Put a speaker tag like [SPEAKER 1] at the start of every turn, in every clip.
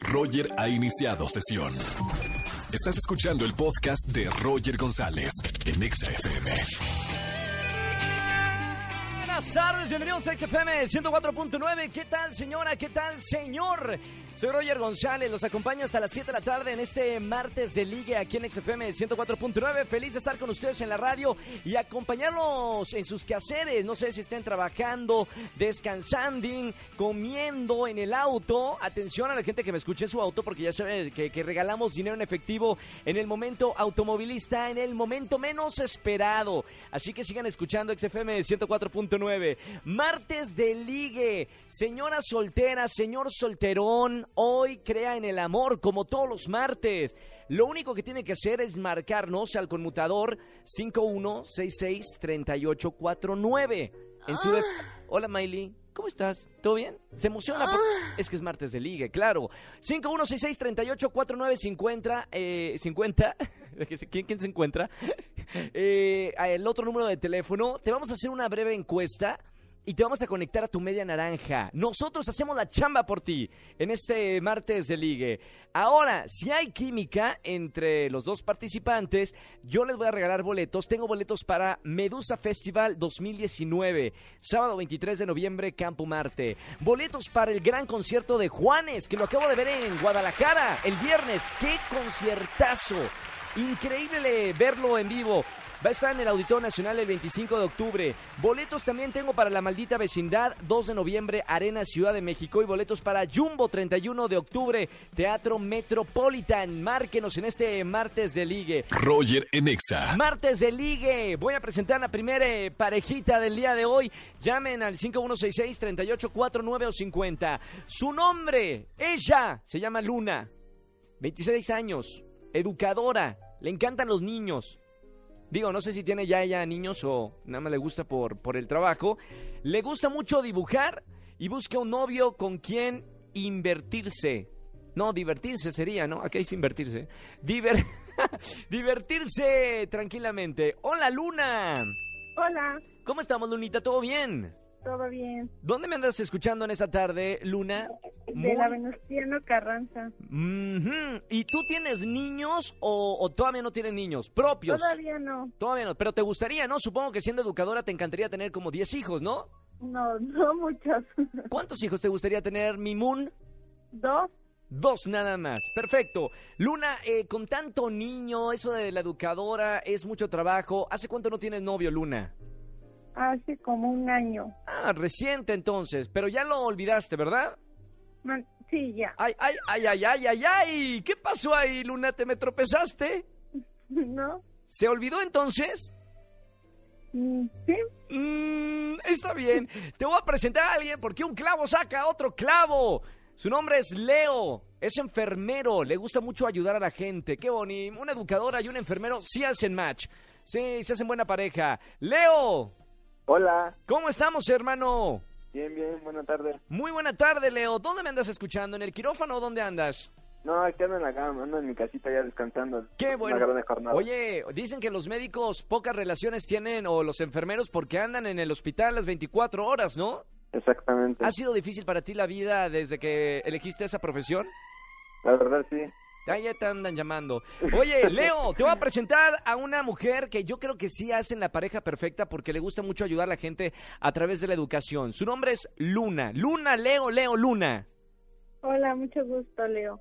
[SPEAKER 1] Roger ha iniciado sesión. Estás escuchando el podcast de Roger González en EXA-FM.
[SPEAKER 2] Buenas tardes, bienvenidos a XFM 104.9. ¿Qué tal, señora? ¿Qué tal, señor? Soy Roger González, los acompaño hasta las 7 de la tarde en este martes de ligue aquí en XFM 104.9. Feliz de estar con ustedes en la radio y acompañarlos en sus quehaceres. No sé si estén trabajando, descansando, comiendo en el auto. Atención a la gente que me escuche en su auto porque ya saben que, que regalamos dinero en efectivo en el momento automovilista, en el momento menos esperado. Así que sigan escuchando XFM 104.9. Martes de ligue, señora soltera, señor solterón hoy crea en el amor como todos los martes. Lo único que tiene que hacer es marcarnos al conmutador 51663849. En su def- Hola Miley, ¿cómo estás? ¿Todo bien? Se emociona por- es que es martes de ligue, claro. 5166384950 eh 50 ¿Quién, quién se encuentra? Eh, el otro número de teléfono. Te vamos a hacer una breve encuesta y te vamos a conectar a tu media naranja. Nosotros hacemos la chamba por ti en este martes de ligue. Ahora, si hay química entre los dos participantes, yo les voy a regalar boletos. Tengo boletos para Medusa Festival 2019, sábado 23 de noviembre, Campo Marte. Boletos para el gran concierto de Juanes, que lo acabo de ver en Guadalajara el viernes. ¡Qué conciertazo! Increíble verlo en vivo. Va a estar en el Auditorio Nacional el 25 de octubre. Boletos también tengo para La Maldita Vecindad, 2 de noviembre, Arena Ciudad de México. Y boletos para Jumbo, 31 de octubre, Teatro Metropolitan. Márquenos en este martes de ligue.
[SPEAKER 1] Roger en EXA.
[SPEAKER 2] Martes de ligue. Voy a presentar la primera eh, parejita del día de hoy. Llamen al 5166-3849 o 50. Su nombre, ella, se llama Luna. 26 años, educadora, le encantan los niños. Digo, no sé si tiene ya ella niños o nada más le gusta por, por el trabajo. Le gusta mucho dibujar y busca un novio con quien invertirse. No, divertirse sería, ¿no? Aquí es invertirse. Diver- divertirse tranquilamente. Hola, Luna.
[SPEAKER 3] Hola,
[SPEAKER 2] ¿Cómo estamos, Lunita? ¿Todo bien?
[SPEAKER 3] todo bien.
[SPEAKER 2] ¿Dónde me andas escuchando en esta tarde, Luna?
[SPEAKER 3] De
[SPEAKER 2] Muy-
[SPEAKER 3] la Venustiano Carranza.
[SPEAKER 2] Ujú. ¿Y tú tienes niños o, o todavía no tienes niños propios?
[SPEAKER 3] Todavía no,
[SPEAKER 2] Todavía no, pero te gustaría, ¿no? Supongo que siendo educadora te encantaría tener como 10 hijos, ¿no?
[SPEAKER 3] no, no muchos.
[SPEAKER 2] ¿Cuántos hijos te gustaría tener, Mimun?
[SPEAKER 3] Dos,
[SPEAKER 2] Dos nada más. Perfecto. Luna, eh, con tanto niño, eso de la educadora es mucho trabajo. ¿Hace cuánto no tienes novio, Luna?
[SPEAKER 3] hace como un año.
[SPEAKER 2] Ah, reciente entonces, pero ya lo olvidaste, ¿verdad?
[SPEAKER 3] No, sí, ya.
[SPEAKER 2] Ay, ay, ay, ay, ay, ay, ay. ¿Qué pasó ahí, Luna? ¿Te me tropezaste?
[SPEAKER 3] ¿No?
[SPEAKER 2] ¿Se olvidó entonces?
[SPEAKER 3] Mm, Sí,
[SPEAKER 2] Mm, está bien. Te voy a presentar a alguien porque un clavo saca otro clavo. Su nombre es Leo. Es enfermero. Le gusta mucho ayudar a la gente. Qué bonito. Una educadora y un enfermero sí hacen match. Sí, se hacen buena pareja. Leo,
[SPEAKER 4] Hola,
[SPEAKER 2] ¿cómo estamos, hermano?
[SPEAKER 4] bien, bien, buena tarde.
[SPEAKER 2] Muy buena tarde, Leo. ¿Dónde me andas escuchando? ¿En el quirófano o dónde andas?
[SPEAKER 4] No, aquí ando en la cama, ando en mi casita ya descansando.
[SPEAKER 2] Qué bueno.
[SPEAKER 4] Una gran jornada.
[SPEAKER 2] Oye, dicen que los médicos pocas relaciones tienen o los enfermeros porque andan en el hospital las 24 horas, ¿no?
[SPEAKER 4] Exactamente.
[SPEAKER 2] ¿Ha sido difícil para ti la vida desde que elegiste esa profesión?
[SPEAKER 4] La verdad, sí.
[SPEAKER 2] Ah, ya te andan llamando. Oye, Leo, te voy a presentar a una mujer que yo creo que sí hacen la pareja perfecta porque le gusta mucho ayudar a la gente a través de la educación. Su nombre es Luna. Luna, Leo, Leo, Luna.
[SPEAKER 3] hola, mucho gusto, Leo.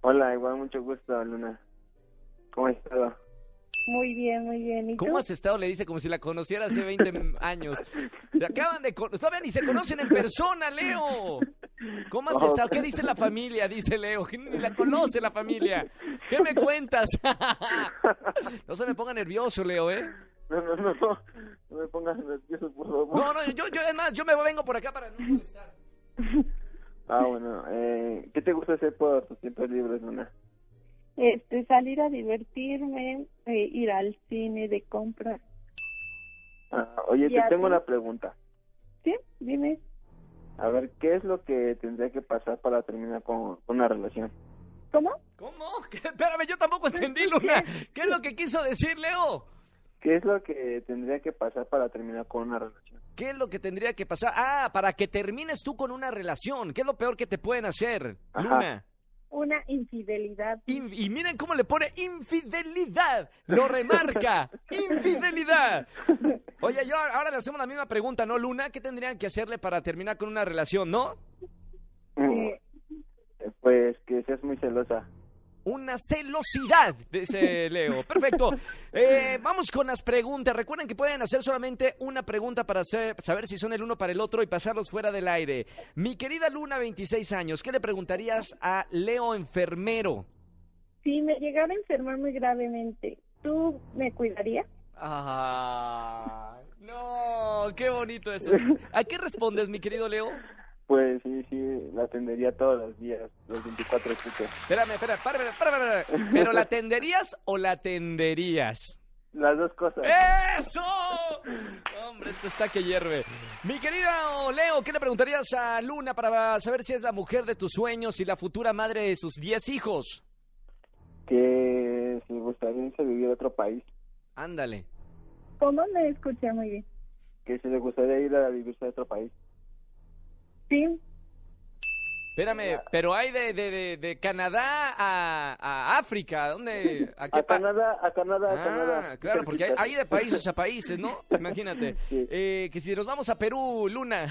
[SPEAKER 4] Hola, igual, mucho gusto, Luna. ¿Cómo has estado?
[SPEAKER 3] Muy bien, muy bien. ¿Y tú?
[SPEAKER 2] ¿Cómo has estado? Le dice como si la conociera hace 20 años. Se acaban de conocer, todavía ni se conocen en persona, Leo. ¿Cómo has
[SPEAKER 4] Oh.
[SPEAKER 2] estado? ¿Qué dice la familia? Dice Leo. Ni la conoce la familia. ¿Qué me cuentas? no se me ponga nervioso, Leo, ¿eh?
[SPEAKER 4] No, no, no, no, no me pongas nervioso, por favor.
[SPEAKER 2] No, no, yo, yo, es más, yo me vengo por acá para no molestar.
[SPEAKER 4] Ah, bueno, eh, ¿qué te gusta hacer por tus tiempos libres, Luna?
[SPEAKER 3] Este, salir a divertirme, eh, ir al cine de compras.
[SPEAKER 4] Ah, oye,
[SPEAKER 3] ¿Y
[SPEAKER 4] te
[SPEAKER 3] a
[SPEAKER 4] tengo
[SPEAKER 3] ti?
[SPEAKER 4] una pregunta.
[SPEAKER 3] Sí, dime.
[SPEAKER 4] A ver, ¿qué es lo que tendría que pasar para terminar con con una relación?
[SPEAKER 3] ¿Cómo?
[SPEAKER 2] ¿Cómo? ¿Qué? Espérame, yo tampoco entendí, Luna. ¿Qué es lo que quiso decir, Leo?
[SPEAKER 4] ¿Qué es lo que tendría que pasar para terminar con una relación?
[SPEAKER 2] ¿Qué es lo que tendría que pasar? Ah, para que termines tú con una relación. ¿Qué es lo peor que te pueden hacer,
[SPEAKER 4] Ajá.
[SPEAKER 2] Luna?
[SPEAKER 3] Una infidelidad.
[SPEAKER 2] In- y miren cómo le pone infidelidad. Lo remarca. Infidelidad. Oye, yo ahora le hacemos la misma pregunta, ¿no, Luna? ¿Qué tendrían que hacerle para terminar con una relación, no?
[SPEAKER 3] Eh,
[SPEAKER 4] Pues que seas muy celosa.
[SPEAKER 2] Una celosidad, dice Leo. Perfecto. Eh, vamos con las preguntas. Recuerden que pueden hacer solamente una pregunta para hacer- saber si son el uno para el otro y pasarlos fuera del aire. Mi querida Luna, 26 años, ¿qué le preguntarías a Leo enfermero?
[SPEAKER 3] si me llegara a enfermar muy gravemente, ¿tú me cuidarías?
[SPEAKER 2] Ah, no, qué bonito eso. ¿A qué respondes, mi querido Leo?
[SPEAKER 4] Pues sí, sí, la atendería todos los días, los 24 chicos.
[SPEAKER 2] Espérame, espérame, espérame, espérame, espérame. ¿Pero la atenderías o la atenderías?
[SPEAKER 4] Las dos cosas.
[SPEAKER 2] Eh. ¡Eso! Hombre, esto está que hierve. Mi querido Leo, ¿qué le preguntarías a Luna para saber si es la mujer de tus sueños y la futura madre de sus 10 hijos?
[SPEAKER 4] Que si gustaría irse a vivir a otro país,
[SPEAKER 2] Ándale.
[SPEAKER 3] ¿Cómo me escuché muy bien?
[SPEAKER 4] que si le gustaría ir a vivirse a otro país.
[SPEAKER 3] Sí,
[SPEAKER 2] Espérame, pero hay de, de, de, de Canadá a, a África, ¿dónde? ¿A qué
[SPEAKER 4] A
[SPEAKER 2] pa-
[SPEAKER 4] Canadá, a Canadá, a
[SPEAKER 2] Ah,
[SPEAKER 4] Canadá.
[SPEAKER 2] claro, porque hay,
[SPEAKER 4] Cerquitas.
[SPEAKER 2] hay de países a países, ¿no? Imagínate.
[SPEAKER 4] Sí.
[SPEAKER 2] Eh, que si nos vamos a Perú, Luna.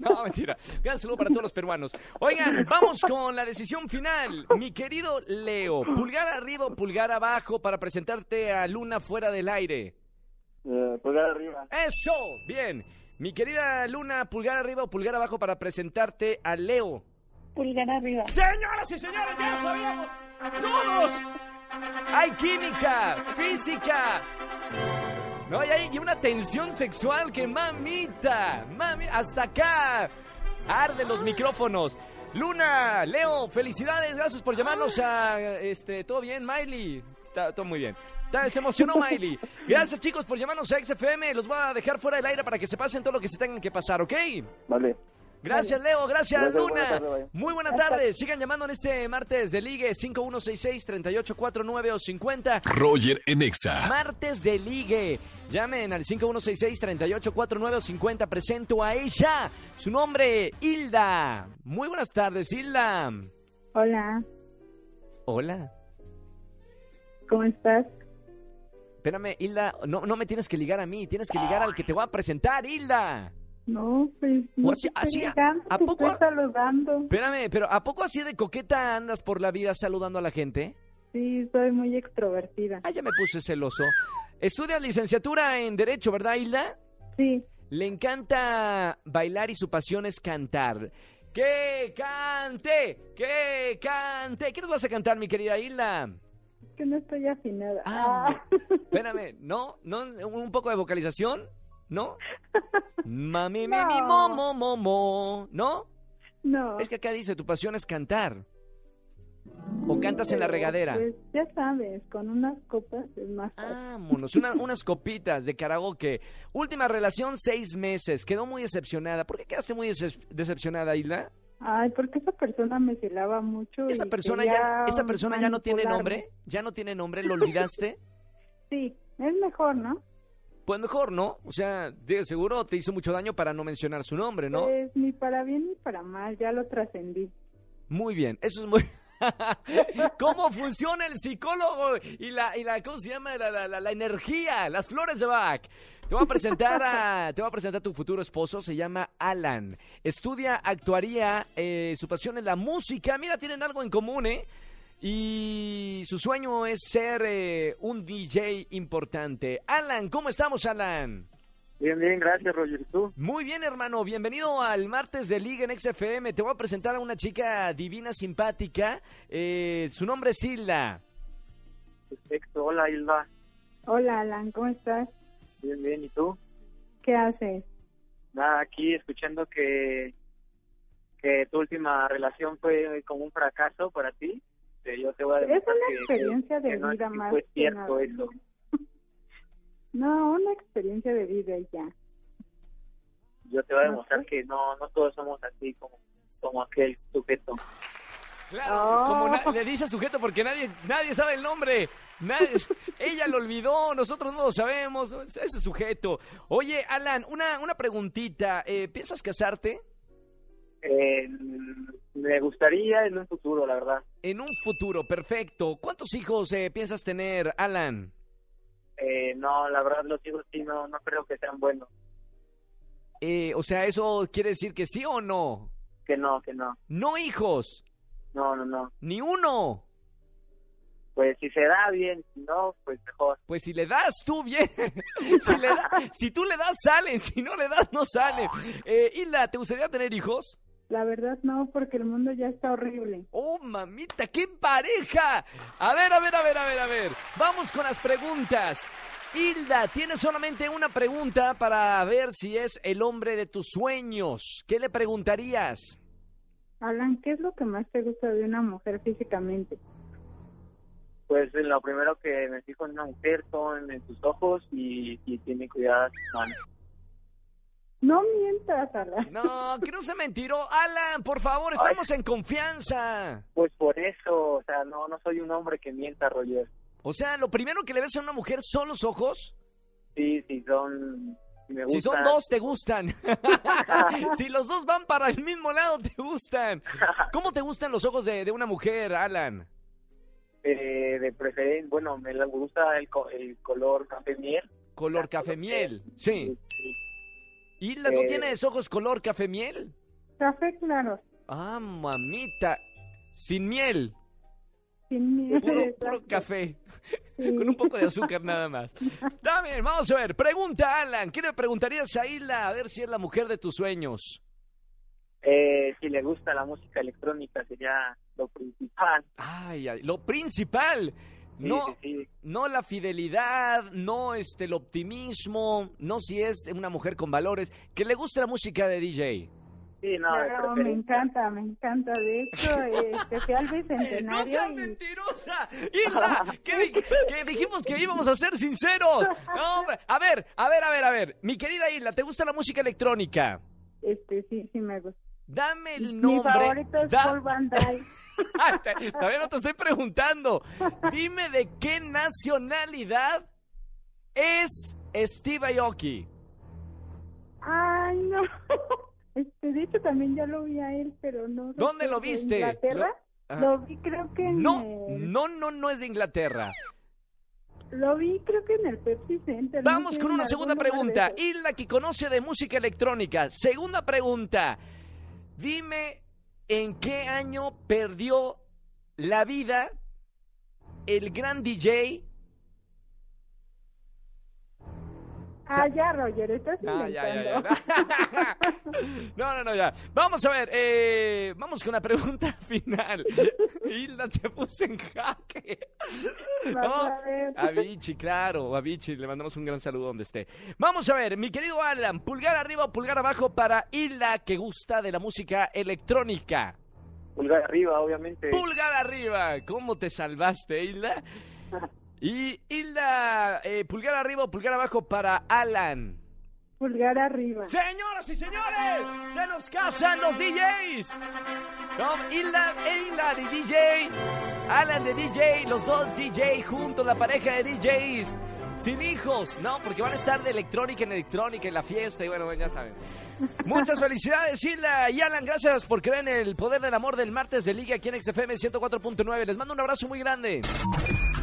[SPEAKER 2] No, mentira. Gran saludo para todos los peruanos. Oigan, vamos con la decisión final. Mi querido Leo, pulgar arriba o pulgar abajo para presentarte a Luna fuera del aire.
[SPEAKER 4] Eh, pulgar arriba.
[SPEAKER 2] ¡Eso! Bien. Mi querida Luna, pulgar arriba o pulgar abajo para presentarte a Leo.
[SPEAKER 3] pulgar arriba.
[SPEAKER 2] Señoras y señores, ya lo sabíamos todos. Hay química, física. No, y hay y una tensión sexual que mamita, mami, hasta acá. Arden los micrófonos. Luna, Leo, felicidades, gracias por llamarnos a este, todo bien, Miley. Ta- todo muy bien. Ta- se emocionó Miley. Gracias chicos por llamarnos a XFM. Los voy a dejar fuera del aire para que se pasen todo lo que se tengan que pasar, ¿ok?
[SPEAKER 4] Vale.
[SPEAKER 2] Gracias, Leo. Gracias,
[SPEAKER 4] Gracias,
[SPEAKER 2] Luna.
[SPEAKER 4] buenas tardes, bye.
[SPEAKER 2] Muy buenas tardes. Sigan llamando en este martes de ligue 5166-3849 o 50.
[SPEAKER 1] Roger en Exa.
[SPEAKER 2] Martes de ligue. Llamen al 5166-3849 o 50. Presento a ella. Su nombre, Hilda. Muy buenas tardes, Hilda.
[SPEAKER 3] Hola,
[SPEAKER 2] Hola.
[SPEAKER 3] ¿cómo estás?
[SPEAKER 2] Espérame, Hilda. No, no me tienes que ligar a mí. Tienes que ligar al que te voy a presentar, Hilda.
[SPEAKER 3] No, pues no
[SPEAKER 2] O sea,
[SPEAKER 3] te estoy
[SPEAKER 2] así, ¿a-
[SPEAKER 3] llegando,
[SPEAKER 2] a
[SPEAKER 3] te
[SPEAKER 2] poco?
[SPEAKER 3] estoy saludando.
[SPEAKER 2] Espérame, pero ¿a poco así de coqueta andas por la vida saludando a la gente?
[SPEAKER 3] Sí, soy muy extrovertida.
[SPEAKER 2] Ah, ya me puse celoso. Estudia licenciatura en Derecho, ¿verdad, Hilda?
[SPEAKER 3] Sí,
[SPEAKER 2] Le encanta bailar y su pasión es cantar. ¡Que cante! ¡Que cante! ¿Qué nos vas a cantar, mi querida Hilda?
[SPEAKER 3] es que no estoy afinada.
[SPEAKER 2] Ah.
[SPEAKER 3] Ah,
[SPEAKER 2] Espérame, ¿no? ¿No? ¿Un poco de vocalización? ¿No? Mami, mi, mi,
[SPEAKER 3] No.
[SPEAKER 2] mo, mo, mo, mo. ¿No?
[SPEAKER 3] no.
[SPEAKER 2] Es que acá dice, tu pasión es cantar. O cantas en la regadera. Ah.
[SPEAKER 3] Pues ya sabes, con unas copas es más fácil.
[SPEAKER 2] Vámonos, una- unas copitas de karaoke. Última relación, seis meses. Quedó muy decepcionada. ¿Por qué quedaste muy decep- decepcionada, Hilda?
[SPEAKER 3] Ay, porque esa persona me celaba mucho.
[SPEAKER 2] Esa
[SPEAKER 3] y
[SPEAKER 2] persona
[SPEAKER 3] quería
[SPEAKER 2] ya, esa persona ya no tiene
[SPEAKER 3] manipularme.
[SPEAKER 2] nombre, ya no tiene nombre, lo olvidaste.
[SPEAKER 3] Sí, es mejor, ¿no?
[SPEAKER 2] Pues mejor, ¿no? O sea, de seguro te hizo mucho daño para no mencionar su nombre, ¿no?
[SPEAKER 3] Pues ni para bien ni para mal, ya lo trascendí.
[SPEAKER 2] Muy bien, eso es muy... ¿Cómo funciona el psicólogo y la, y la ¿cómo se llama? La, la- la- la energía, las flores de Bach. Te voy a presentar a, te voy a presentar a tu futuro esposo, se llama Alan. Estudia actuaría, eh, su pasión es la música. Mira, tienen algo en común, ¿eh? Y su sueño es ser eh, un DJ importante. Alan, ¿cómo estamos, Alan?
[SPEAKER 4] Bien, bien, gracias, Roger. ¿Y tú?
[SPEAKER 2] Muy bien, hermano. Bienvenido al martes de Liga en XFM. Te voy a presentar a una chica divina, simpática. Eh, su nombre es Hilda.
[SPEAKER 4] Perfecto. Hola, Hilda.
[SPEAKER 3] Hola, Alan, ¿cómo estás?
[SPEAKER 4] Bien, bien. ¿Y tú?
[SPEAKER 3] ¿Qué haces?
[SPEAKER 4] Nada, aquí escuchando que, que tu última relación fue como un fracaso para ti. Te- Yo te voy a
[SPEAKER 3] Es
[SPEAKER 4] demostrar
[SPEAKER 3] una
[SPEAKER 4] que-
[SPEAKER 3] experiencia de
[SPEAKER 4] no,
[SPEAKER 3] vida
[SPEAKER 4] que
[SPEAKER 3] más
[SPEAKER 4] Fue
[SPEAKER 3] que
[SPEAKER 4] cierto
[SPEAKER 3] nada.
[SPEAKER 4] eso.
[SPEAKER 3] No, una experiencia de vida y ya.
[SPEAKER 4] Yo te voy a
[SPEAKER 3] No pues,
[SPEAKER 4] demostrar
[SPEAKER 3] sé.
[SPEAKER 4] que no, no todos somos así como, como aquel sujeto.
[SPEAKER 2] Claro,
[SPEAKER 3] Oh.
[SPEAKER 2] como na- le dice sujeto porque nadie, nadie sabe el nombre. Nadie- ella lo olvidó, nosotros no lo sabemos. Es Ese sujeto. Oye, Alan, una, una preguntita. Eh, ¿Piensas casarte?
[SPEAKER 4] Eh, me gustaría en un futuro, la verdad.
[SPEAKER 2] En un futuro, perfecto. ¿Cuántos hijos eh, piensas tener, Alan?
[SPEAKER 4] Eh, no, la verdad, los hijos sí, no, no creo que sean buenos.
[SPEAKER 2] Eh, o sea, ¿eso quiere decir que sí o no?
[SPEAKER 4] Que no, que no.
[SPEAKER 2] No hijos,
[SPEAKER 4] No, no, no.
[SPEAKER 2] ni uno.
[SPEAKER 4] Pues si se da bien, si no, pues mejor.
[SPEAKER 2] Pues si le das tú bien, si, le da- si tú le das salen, si no le das no salen. Eh, Hilda, ¿te gustaría tener hijos?
[SPEAKER 3] La verdad no, porque el mundo ya está horrible.
[SPEAKER 2] ¡Oh, mamita, qué pareja! A ver, a ver, a ver, a ver, a ver. Vamos con las preguntas. Hilda, tienes solamente una pregunta para ver si es el hombre de tus sueños. ¿Qué le preguntarías?
[SPEAKER 3] Alan, ¿qué es lo que más te gusta de una mujer físicamente?
[SPEAKER 4] Pues lo primero que me fijo en una mujer son en sus ojos y si tiene cuidadas sus manos.
[SPEAKER 3] No mientas, Alan.
[SPEAKER 2] No, que no se mentiró. Alan, por favor, estamos en confianza.
[SPEAKER 4] Pues por eso, o sea, no, no soy un hombre que mienta, Roger.
[SPEAKER 2] O sea, lo primero que le ves a una mujer son los ojos.
[SPEAKER 4] Sí, si son... Me
[SPEAKER 2] Si son
[SPEAKER 4] gustan.
[SPEAKER 2] dos, te gustan. si los dos van para el mismo lado, te gustan. ¿Cómo te gustan los ojos de, de una mujer, Alan?
[SPEAKER 4] Eh, de preferencia, bueno, me la- me gusta el, co- el color café miel.
[SPEAKER 2] Color
[SPEAKER 4] La
[SPEAKER 2] café
[SPEAKER 4] color
[SPEAKER 2] miel. Sí.
[SPEAKER 4] Sí.
[SPEAKER 2] Hilda, ¿tú
[SPEAKER 4] Eh.
[SPEAKER 2] tienes ojos color café miel?
[SPEAKER 3] Café claro,
[SPEAKER 2] Ah, mamita. Sin miel.
[SPEAKER 3] sin miedo.
[SPEAKER 2] Puro, puro café.
[SPEAKER 3] Sí.
[SPEAKER 2] Con un poco de azúcar nada más. Está bien, vamos a ver. Pregunta, Alan. ¿Qué le preguntarías a Hilda a ver si es la mujer de tus sueños?
[SPEAKER 4] Eh, si le gusta la música electrónica sería lo principal.
[SPEAKER 2] Ay, ay, lo principal.
[SPEAKER 4] Sí,
[SPEAKER 2] No,
[SPEAKER 4] sí, sí.
[SPEAKER 2] no la fidelidad, no este, el optimismo, no si es una mujer con valores, que le gusta la música de DJ.
[SPEAKER 4] Sí, no, de
[SPEAKER 3] Claro, me
[SPEAKER 4] preferencia.
[SPEAKER 3] encanta, me encanta. De hecho, este, fui al
[SPEAKER 2] ¡No
[SPEAKER 3] bicentenario
[SPEAKER 2] seas
[SPEAKER 3] y
[SPEAKER 2] mentirosa! Hilda, que, di- que dijimos que íbamos a ser sinceros. No, hombre. A ver, a ver, a ver, a ver. Mi querida Hilda, ¿te gusta la música electrónica?
[SPEAKER 3] este, sí, sí me gusta.
[SPEAKER 2] Dame el
[SPEAKER 3] Mi
[SPEAKER 2] nombre.
[SPEAKER 3] favorito es
[SPEAKER 2] da-
[SPEAKER 3] Paul Van Dyke.
[SPEAKER 2] Ah, te- Todavía no te estoy preguntando. Dime de qué nacionalidad es Steve Aoki.
[SPEAKER 3] Ay, no. Este, de hecho, también ya lo vi a él, pero no.
[SPEAKER 2] ¿Dónde lo
[SPEAKER 3] recuerdo. ¿En
[SPEAKER 2] viste?
[SPEAKER 3] Inglaterra.
[SPEAKER 2] Lo-
[SPEAKER 3] Lo vi, creo que en.
[SPEAKER 2] No,
[SPEAKER 3] el-
[SPEAKER 2] Ah, no, no, no es de Inglaterra.
[SPEAKER 3] Lo vi, creo que en el Pepsi Center. no
[SPEAKER 2] Vamos
[SPEAKER 3] sé,
[SPEAKER 2] con
[SPEAKER 3] en
[SPEAKER 2] una
[SPEAKER 3] algún
[SPEAKER 2] segunda
[SPEAKER 3] lugar de
[SPEAKER 2] pregunta.
[SPEAKER 3] esos.
[SPEAKER 2] Hilda que conoce de música electrónica. Segunda pregunta. Dime en qué año perdió la vida el gran DJ.
[SPEAKER 3] Ah, ya, Roger, estás
[SPEAKER 2] Ah, ya, ya, ya.
[SPEAKER 3] inventando.
[SPEAKER 2] No, no, no, ya. Vamos a ver. eh, vamos con la pregunta final. Hilda, te puse en jaque.
[SPEAKER 3] Vas
[SPEAKER 2] No,
[SPEAKER 3] a ver.
[SPEAKER 2] Avicii, claro, Avicii, le mandamos un gran saludo donde esté. Vamos a ver, mi querido Alan, pulgar arriba o pulgar abajo para Hilda que gusta de la música electrónica.
[SPEAKER 4] Pulgar arriba, obviamente.
[SPEAKER 2] Pulgar arriba, ¿cómo te salvaste, Hilda? Y Hilda, eh, pulgar arriba o pulgar abajo para Alan.
[SPEAKER 3] Pulgar arriba.
[SPEAKER 2] Señoras y señores, se nos casan los DJs. No, Hilda, e Hilda de DJ, Alan de DJ, los dos DJ juntos, la pareja de DJs. Sin hijos, no, porque van a estar de electrónica en electrónica en la fiesta y bueno, bueno, ya saben. Muchas felicidades, Hilda y Alan, gracias por creer en el poder del amor del martes de Liga aquí en XFM 104.9. Les mando un abrazo muy grande.